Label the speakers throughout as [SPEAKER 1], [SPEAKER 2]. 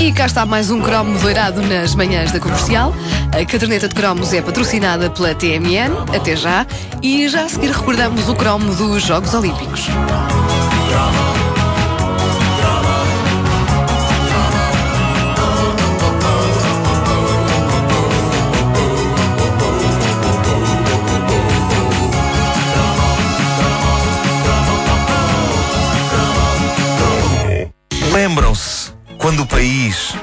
[SPEAKER 1] E cá está mais um cromo doirado nas manhãs da comercial. A caderneta de cromos é patrocinada pela TMN, até já, e já a seguir recordamos o cromo dos Jogos Olímpicos.
[SPEAKER 2] Lembram-se quando o país.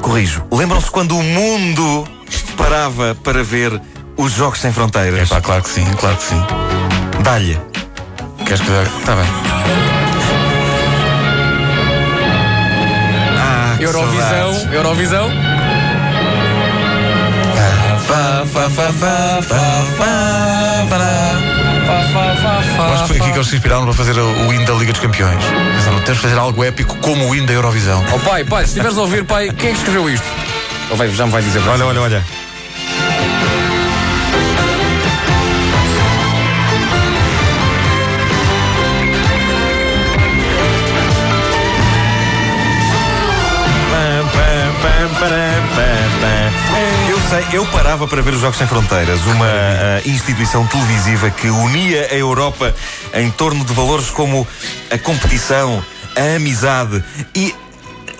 [SPEAKER 2] Corrijo. Lembram-se quando o mundo parava para ver os Jogos Sem
[SPEAKER 3] É
[SPEAKER 2] Fronteiras?
[SPEAKER 3] pá, claro que sim, claro que sim.
[SPEAKER 2] Dá-lhe.
[SPEAKER 3] Queres que eu dê? Tá bem.
[SPEAKER 2] Ah, que saudades.
[SPEAKER 4] Eurovisão, Eurovisão.
[SPEAKER 3] Fá, fá, fá, fá, fá, fá, fá.
[SPEAKER 4] Tá,
[SPEAKER 3] Gosto que foi aqui que eles se inspiraram para fazer o o hino da Liga dos Campeões. Pensaram, temos de fazer algo épico como o hino da Eurovisão.
[SPEAKER 4] Oh pai, pai, se estiveres a ouvir, pai, quem é que escreveu isto? Ele vai, já me vai dizer.
[SPEAKER 2] Olha, olha, olha. Eu sei, eu parava para ver os Jogos Sem Fronteiras, uma ah, instituição televisiva que unia a Europa em torno de valores como a competição, a amizade e.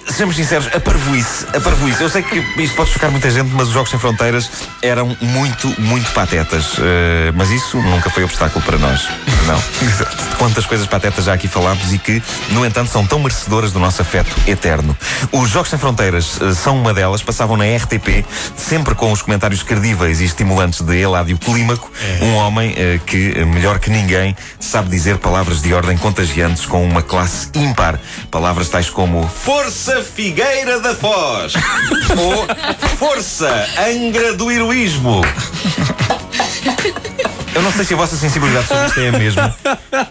[SPEAKER 2] Sejamos sinceros, a parvoíce, a parvoíce. Eu sei que isto pode chocar muita gente, mas os Jogos Sem Fronteiras eram muito, muito patetas. Ah, mas isso nunca foi obstáculo para nós. Não. Quantas coisas patetas já aqui falámos e que, no entanto, são tão merecedoras do nosso afeto eterno. Os Jogos Sem Fronteiras eh, são uma delas, passavam na RTP, sempre com os comentários credíveis e estimulantes de Eládio Clímaco, um homem eh, que, eh, melhor que ninguém, sabe dizer palavras de ordem contagiantes com uma classe ímpar. Palavras tais como Força Figueira da Foz ou Força Angra do Heroísmo. Eu não sei se a vossa sensibilidade sobre isto é a mesma,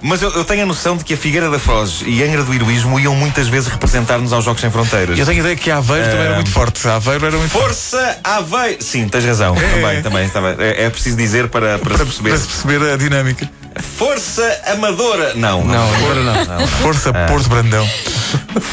[SPEAKER 2] mas eu, eu tenho a noção de que a Figueira da Foz e Angra do Heroísmo iam muitas vezes representar-nos aos Jogos Sem Fronteiras.
[SPEAKER 3] Eu tenho a ideia que a Aveiro também era muito forte. A Aveiro era muito forte.
[SPEAKER 2] Força Aveiro! Sim, tens razão. Também, também, também. É, é preciso dizer para, para, se perceber.
[SPEAKER 3] Para se perceber a dinâmica.
[SPEAKER 2] Força Amadora! Não, não.
[SPEAKER 4] Não, agora não.
[SPEAKER 3] Força Porto Brandão.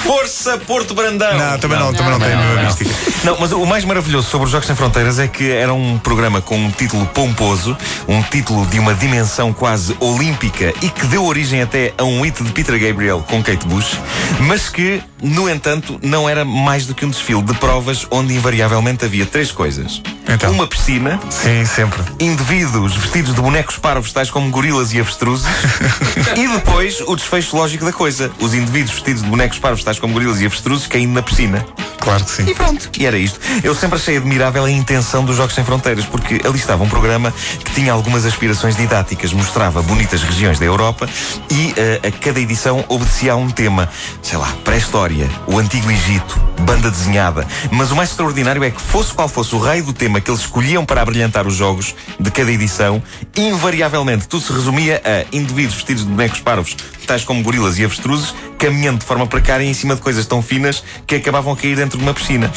[SPEAKER 2] Força Porto Brandão!
[SPEAKER 3] Não, também não, também não, tem a mesma mística.
[SPEAKER 2] Não, mas o mais maravilhoso sobre os Jogos Sem Fronteiras é que era um programa com um título pomposo, um título de uma dimensão quase olímpica e que deu origem até a um hit de Peter Gabriel com Kate Bush, mas que, no entanto, não era mais do que um desfile de provas onde invariavelmente havia três coisas.
[SPEAKER 3] Então.
[SPEAKER 2] Uma piscina,
[SPEAKER 3] Sim, sempre.
[SPEAKER 2] indivíduos vestidos de bonecos parvos, tais como gorilas e avestruzes, e depois o desfecho lógico da coisa. Os indivíduos vestidos de bonecos parvos, tais como gorilas e avestruzes, caindo na piscina.
[SPEAKER 3] Claro que sim.
[SPEAKER 2] E pronto, e era isto. Eu sempre achei admirável a intenção dos Jogos Sem Fronteiras, porque ali estava um programa que tinha algumas aspirações didáticas, mostrava bonitas regiões da Europa e eh, a cada edição obedecia a um tema. Sei lá, pré-história, o Antigo Egito, banda desenhada. Mas o mais extraordinário é que, fosse qual fosse o raio do tema que eles escolhiam para abrilhantar os jogos de cada edição, invariavelmente tudo se resumia a indivíduos vestidos de bonecos parvos, tais como gorilas e avestruzes, caminhando de forma precária em cima de coisas tão finas que acabavam a cair dentro de uma piscina.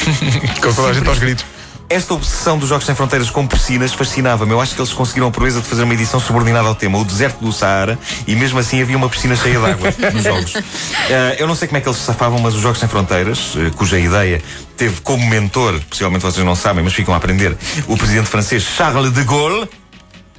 [SPEAKER 3] Com toda a gente aos gritos.
[SPEAKER 2] Esta obsessão dos Jogos Sem Fronteiras com piscinas fascinava-me. Eu acho que eles conseguiram a proeza de fazer uma edição subordinada ao tema, o deserto do Saara, e mesmo assim havia uma piscina cheia de água nos Jogos. Ah, eu não sei como é que eles se safavam, mas os Jogos Sem Fronteiras, eh, cuja ideia teve como mentor, possivelmente vocês não sabem, mas ficam a aprender, o presidente francês Charles de Gaulle,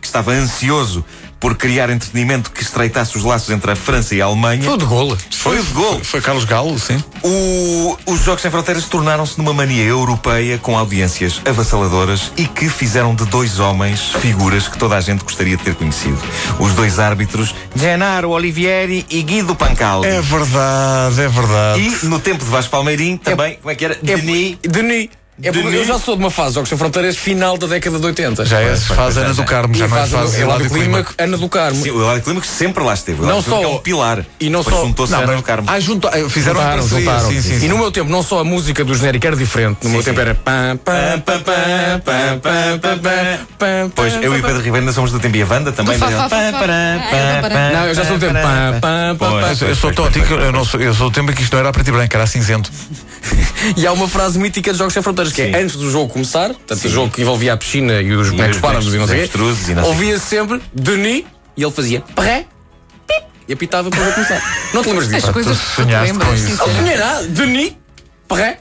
[SPEAKER 2] que estava ansioso por criar entretenimento que estreitasse os laços entre a França e a Alemanha.
[SPEAKER 3] Foi o de golo.
[SPEAKER 2] Foi o de golo.
[SPEAKER 3] Foi Carlos Galo, sim.
[SPEAKER 2] O- os Jogos Sem Fronteiras tornaram-se numa mania europeia com audiências avassaladoras e que fizeram de dois homens figuras que toda a gente gostaria de ter conhecido. Os dois árbitros, Gennaro Olivieri e Guido Pancaldi.
[SPEAKER 3] É verdade, é verdade.
[SPEAKER 2] E no tempo de Vasco Palmeirim também, como é que era?
[SPEAKER 4] É-
[SPEAKER 2] Denis.
[SPEAKER 4] Denis. É porque
[SPEAKER 2] Denis.
[SPEAKER 4] eu já sou de uma fase, Jogos Sem Fronteiras, final da década de 80.
[SPEAKER 3] Já é, faz Ana do Carmo, já
[SPEAKER 4] e
[SPEAKER 3] não é
[SPEAKER 4] faz
[SPEAKER 3] faz
[SPEAKER 4] Ana
[SPEAKER 3] Eládio
[SPEAKER 4] do Clímaco, Ana do Carmo.
[SPEAKER 2] Sim, o Eládio Clímaco sempre lá esteve. O
[SPEAKER 4] Não
[SPEAKER 2] Eládio Clímaco
[SPEAKER 4] só-
[SPEAKER 2] é um pilar.
[SPEAKER 4] e não
[SPEAKER 2] Depois
[SPEAKER 4] só-
[SPEAKER 2] juntou-se a Ana do Carmo.
[SPEAKER 3] Ah, junto, ah, fizeram
[SPEAKER 4] Juntaram,
[SPEAKER 3] parceria,
[SPEAKER 4] juntaram.
[SPEAKER 3] Sim, sim,
[SPEAKER 4] E
[SPEAKER 3] sim.
[SPEAKER 4] no meu tempo, não só a música do genérico era diferente, no meu tempo era. pam, pam, pam, pam, pam, pam, pam, pam, pam,
[SPEAKER 2] Pois, eu e
[SPEAKER 4] pam,
[SPEAKER 2] Pedro Ribeiro ainda somos do tempo e a Wanda também.
[SPEAKER 1] Do
[SPEAKER 2] mas-
[SPEAKER 1] Fá, Fá, Fá, Fá. Ah,
[SPEAKER 4] pam. Não, eu já sou do tempo. pam, pam, pam, pam.
[SPEAKER 3] Eu sou- Eu sou tão antigo, eu, não sou, eu sou do tempo em que isto não era preto e branco, era cinzento.
[SPEAKER 4] E há uma frase mítica de Jogos Sem Fronteiras que
[SPEAKER 2] Sim.
[SPEAKER 4] é antes do jogo começar, portanto, o jogo que envolvia a piscina e os
[SPEAKER 2] os
[SPEAKER 4] bonecos páramos e não
[SPEAKER 2] bonecos
[SPEAKER 4] sei o
[SPEAKER 2] avestruzes e
[SPEAKER 4] quê,
[SPEAKER 2] não sei
[SPEAKER 4] ouvia sempre Denis e ele fazia Perré, pip, e apitava para eu começar. Não te lembras disso? ah,
[SPEAKER 1] As coisas que tu te
[SPEAKER 3] sonhaste com
[SPEAKER 1] lembras,
[SPEAKER 3] isso.
[SPEAKER 4] Não
[SPEAKER 1] sinceramente.
[SPEAKER 4] tinha nada. Denis Perret.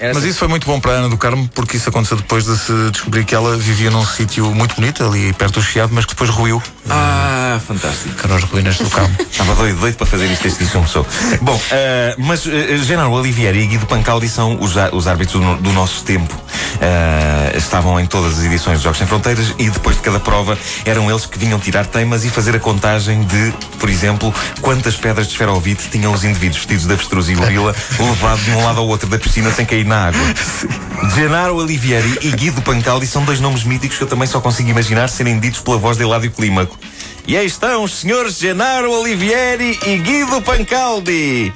[SPEAKER 4] Era
[SPEAKER 3] Mas
[SPEAKER 4] assim.
[SPEAKER 3] isso foi muito bom para a Ana do Carmo, porque isso aconteceu depois de se descobrir que ela vivia num sítio muito bonito, ali perto do Chiado, mas que depois ruiu.
[SPEAKER 2] Ah, fantástico.
[SPEAKER 3] Que eram as ruínas do Carmo.
[SPEAKER 2] Estava doido, doido para fazer isto desde que isso começou. Bom, eh, mas eh, Genaro Olivieri e Guido Pancaldi são os, á- os árbitros do, no- do nosso tempo. Eh, estavam em todas as edições dos Jogos Sem Fronteiras e depois de cada prova eram eles que vinham tirar temas e fazer a contagem de, por exemplo, quantas pedras de esferovite tinham os indivíduos vestidos de avestruz e gorila levado de um lado ao outro da piscina sem cair na água. Genaro Olivieri e Guido Pancaldi são dois nomes míticos que eu também só consigo imaginar serem ditos pela voz de Eládio Clímaco. E aí estão os senhores Genaro Olivieri e Guido Pancaldi.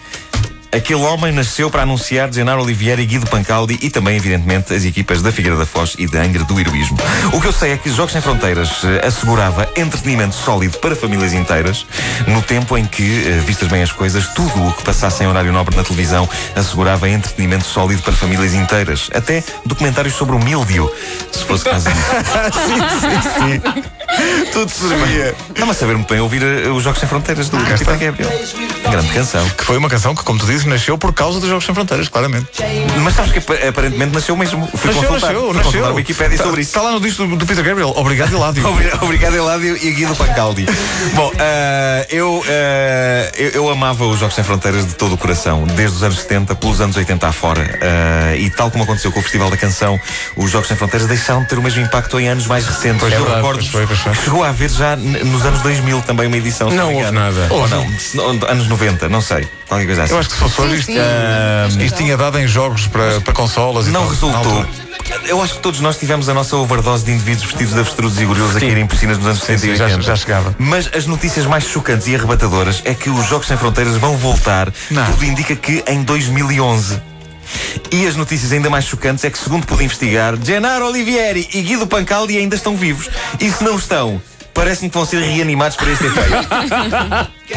[SPEAKER 2] Aquele homem nasceu para anunciar Genaro Olivieri e Guido Pancaldi e também, evidentemente, as equipas da Figueira da Foz e da Angra do Heroísmo. O que eu sei é que Jogos Sem Fronteiras eh, assegurava entretenimento sólido para famílias inteiras, no tempo em que, eh, vistas bem as coisas, tudo o que passasse em horário nobre na televisão assegurava entretenimento sólido para famílias inteiras. Até documentários sobre o míldio, se fosse caso.
[SPEAKER 3] Tudo servia.
[SPEAKER 2] Estava a saber muito bem ouvir eh, os Jogos Sem Fronteiras
[SPEAKER 3] Ah,
[SPEAKER 2] do Capitão Gabriel. Grande canção.
[SPEAKER 3] Que foi uma canção que, como tu disse, nasceu por causa dos Jogos Sem Fronteiras, claramente. Tipo,
[SPEAKER 2] Mas sabes que ap- aparentemente nasceu mesmo. Fui
[SPEAKER 3] Nasceu,
[SPEAKER 2] consultar,
[SPEAKER 3] nasceu,
[SPEAKER 2] fui
[SPEAKER 3] nasceu.
[SPEAKER 2] consultar a Wikipédia sobre isso.
[SPEAKER 3] Está Tá lá no disco do, do Peter Gabriel. Obrigado, Eládio.
[SPEAKER 2] Obri- Obrigado, Eládio e Guido Pancaldi. Bom, ah, eu, ah, eu, eu amava os Jogos Sem Fronteiras de todo o coração, desde os anos 70, pelos anos 80 afora. Ah, e tal como aconteceu com o Festival da Canção, os Jogos Sem Fronteiras deixaram de ter o mesmo impacto em anos mais recentes.
[SPEAKER 3] Pois
[SPEAKER 2] eu
[SPEAKER 3] verdade,
[SPEAKER 2] recordo
[SPEAKER 3] pois foi, pois foi.
[SPEAKER 2] que chegou a haver já n- nos anos 2000 também uma edição. se
[SPEAKER 4] Não
[SPEAKER 2] me
[SPEAKER 4] houve
[SPEAKER 2] engano.
[SPEAKER 4] nada.
[SPEAKER 2] Ou não, se não, anos 90, não sei. Qualquer coisa assim.
[SPEAKER 3] Eu acho que se fosse hoje,
[SPEAKER 1] Sim,
[SPEAKER 3] isto,
[SPEAKER 1] sim.
[SPEAKER 3] ah, isto tinha dado em jogos para, para consolas e
[SPEAKER 2] Não
[SPEAKER 3] tal, na
[SPEAKER 2] resultou.
[SPEAKER 3] altura.
[SPEAKER 2] Eu acho que todos nós tivemos a nossa overdose de indivíduos vestidos de avestruzes e gorilas a caírem em piscinas nos anos 60 e
[SPEAKER 3] sim, já-
[SPEAKER 2] 80.
[SPEAKER 3] já chegava.
[SPEAKER 2] Mas as notícias mais chocantes e arrebatadoras é que os Jogos Sem Fronteiras vão voltar.
[SPEAKER 3] Não.
[SPEAKER 2] Tudo indica que em 2011. E as notícias ainda mais chocantes é que, segundo pude investigar, Gennaro Olivieri e Guido Pancaldi ainda estão vivos. E se não estão, parece-me que vão ser reanimados para este efeito.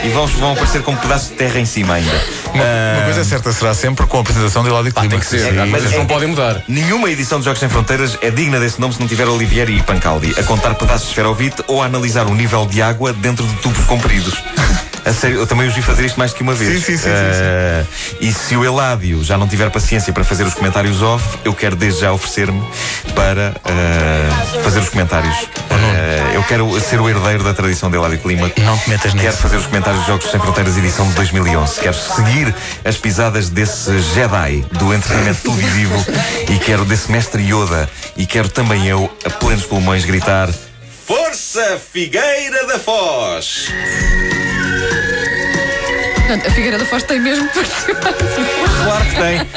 [SPEAKER 2] e vão, vão aparecer como pedaços de terra em cima ainda.
[SPEAKER 3] Uma coisa é certa, será sempre com a apresentação de Eládio Clima.
[SPEAKER 4] Tem que ser.
[SPEAKER 2] Sim,
[SPEAKER 4] As coisas
[SPEAKER 2] mas-
[SPEAKER 4] não podem mudar.
[SPEAKER 2] Nenhuma edição de Jogos Sem Fronteiras é digna desse nome se não tiver Olivieri e Pancaldi a contar pedaços de esferovite ou a analisar o nível de água dentro de tubos compridos. A sério, eu também os vi fazer isto mais que uma vez.
[SPEAKER 3] Sim, sim, sim, sim,
[SPEAKER 2] Eh, E se o Eládio já não tiver paciência para fazer os comentários off, eu quero desde já oferecer-me para eh, fazer os comentários.
[SPEAKER 3] Oh,
[SPEAKER 2] Eh, eu quero ser o herdeiro da tradição de Eládio Clima.
[SPEAKER 3] Não te metas
[SPEAKER 2] Quero
[SPEAKER 3] nisso.
[SPEAKER 2] fazer os comentários dos Jogos Sem Fronteiras, edição de 2011. Quero seguir as pisadas desse Jedi do entretenimento televisivo e quero desse mestre Yoda. E quero também eu, a plenos pulmões, gritar: Força Figueira da Foz!
[SPEAKER 1] Portanto, a Figueira da Foz tem mesmo participado.
[SPEAKER 2] Claro que tem.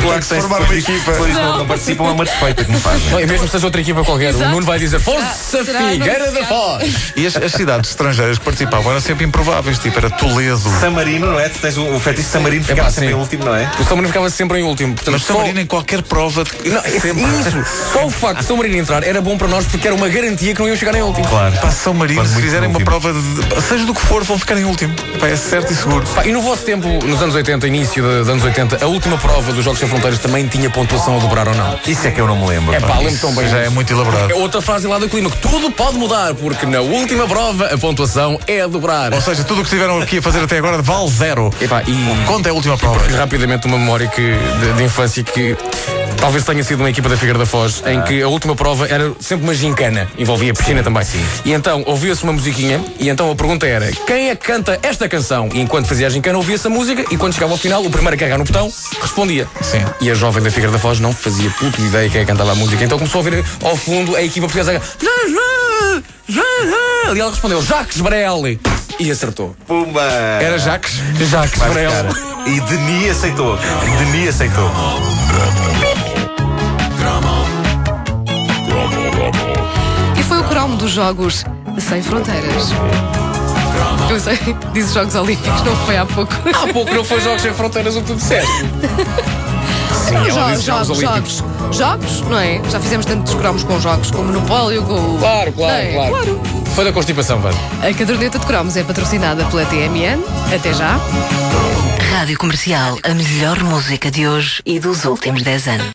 [SPEAKER 2] Claro que tem.
[SPEAKER 3] formar
[SPEAKER 2] Depois
[SPEAKER 3] uma
[SPEAKER 2] disto- depois disto não, não participam, é uma desfeita que me fazem.
[SPEAKER 4] Não, e mesmo se seja outra equipa qualquer,
[SPEAKER 1] Exato.
[SPEAKER 4] o Nuno vai dizer Força
[SPEAKER 1] Será- será
[SPEAKER 4] Figueira da
[SPEAKER 1] anunciado.
[SPEAKER 4] Foz!
[SPEAKER 3] E as, as cidades estrangeiras que participavam eram sempre improváveis, tipo, era Toledo.
[SPEAKER 2] San Marino, não é? Tu tens o, o fetiche de San Marino, ficava
[SPEAKER 4] Epá,
[SPEAKER 2] sempre
[SPEAKER 4] sim.
[SPEAKER 2] em último, não é?
[SPEAKER 4] O São Marino ficava sempre em último. Portanto,
[SPEAKER 3] Mas
[SPEAKER 4] só-
[SPEAKER 3] São Marino em qualquer prova. de-
[SPEAKER 4] Não, é
[SPEAKER 3] sempre.
[SPEAKER 4] isso! Só o facto de São Marino entrar era bom para nós porque era uma garantia que não iam chegar em último.
[SPEAKER 2] Claro.
[SPEAKER 3] Pá, São Marino,
[SPEAKER 2] Claro,
[SPEAKER 3] se
[SPEAKER 2] muito
[SPEAKER 3] fizerem
[SPEAKER 2] no
[SPEAKER 3] uma
[SPEAKER 2] último.
[SPEAKER 3] prova, de, seja do que for, vão ficar em último. Pá, é certo e seguro.
[SPEAKER 4] Pá, e no vosso tempo, nos anos 80, início dos anos 80, a última prova dos Jogos Sem Fronteiras também tinha pontuação a dobrar ou não?
[SPEAKER 2] Isso é que eu não me lembro.
[SPEAKER 4] É
[SPEAKER 2] pá.
[SPEAKER 4] pá, lembro tão bem.
[SPEAKER 3] já
[SPEAKER 4] disso.
[SPEAKER 3] é muito elaborado.
[SPEAKER 4] É outra frase lá do clima, que tudo pode mudar, porque na última prova a pontuação é a dobrar.
[SPEAKER 3] Ou seja, tudo o que estiveram aqui a fazer até agora vale zero.
[SPEAKER 4] Epá, e-
[SPEAKER 3] Conta é a última prova.
[SPEAKER 4] E rapidamente uma memória que, de, de infância que talvez tenha sido uma equipa da Figueira da Foz,
[SPEAKER 3] Ah.
[SPEAKER 4] em que a última prova era sempre uma gincana, envolvia piscina também. E então ouvia-se uma musiquinha, e então a pergunta era: quem é que canta esta canção? E enquanto fazia a gincana, ouvia-se a música, e quando chegava ao final, o primeiro a carregar no botão respondia.
[SPEAKER 3] Sim.
[SPEAKER 4] E a jovem da Figueira da Foz não fazia puta ideia quem é que cantava a música, então começou a ouvir ao fundo a equipa portuguesa. E ela respondeu: Jacques Brel. E acertou.
[SPEAKER 2] Pumba!
[SPEAKER 3] Era Jacques?
[SPEAKER 4] Jacques
[SPEAKER 2] Vai
[SPEAKER 4] Brel.
[SPEAKER 2] ficar. E Denis aceitou. Denis aceitou.
[SPEAKER 1] E foi o cromo dos Jogos Sem Fronteiras. Eu sei, disse Jogos Olímpicos, não foi há pouco.
[SPEAKER 3] Ah,
[SPEAKER 4] Há pouco não foi Jogos Sem Fronteiras o que tu disseste. Sim,
[SPEAKER 1] Não,
[SPEAKER 4] ela
[SPEAKER 1] jogos,
[SPEAKER 4] disse Jogos
[SPEAKER 1] jogos,
[SPEAKER 4] Olímpicos.
[SPEAKER 1] jogos. Jogos, não é? Já fizemos tantos cromos com jogos, com Monopólio, com.
[SPEAKER 4] Claro, claro,
[SPEAKER 1] Não é?
[SPEAKER 4] claro, Foi da constipação, velho.
[SPEAKER 1] A caderneta de cromos é patrocinada pela TMN. Até já.
[SPEAKER 5] Rádio Comercial, a melhor música de hoje e dos últimos 10 anos.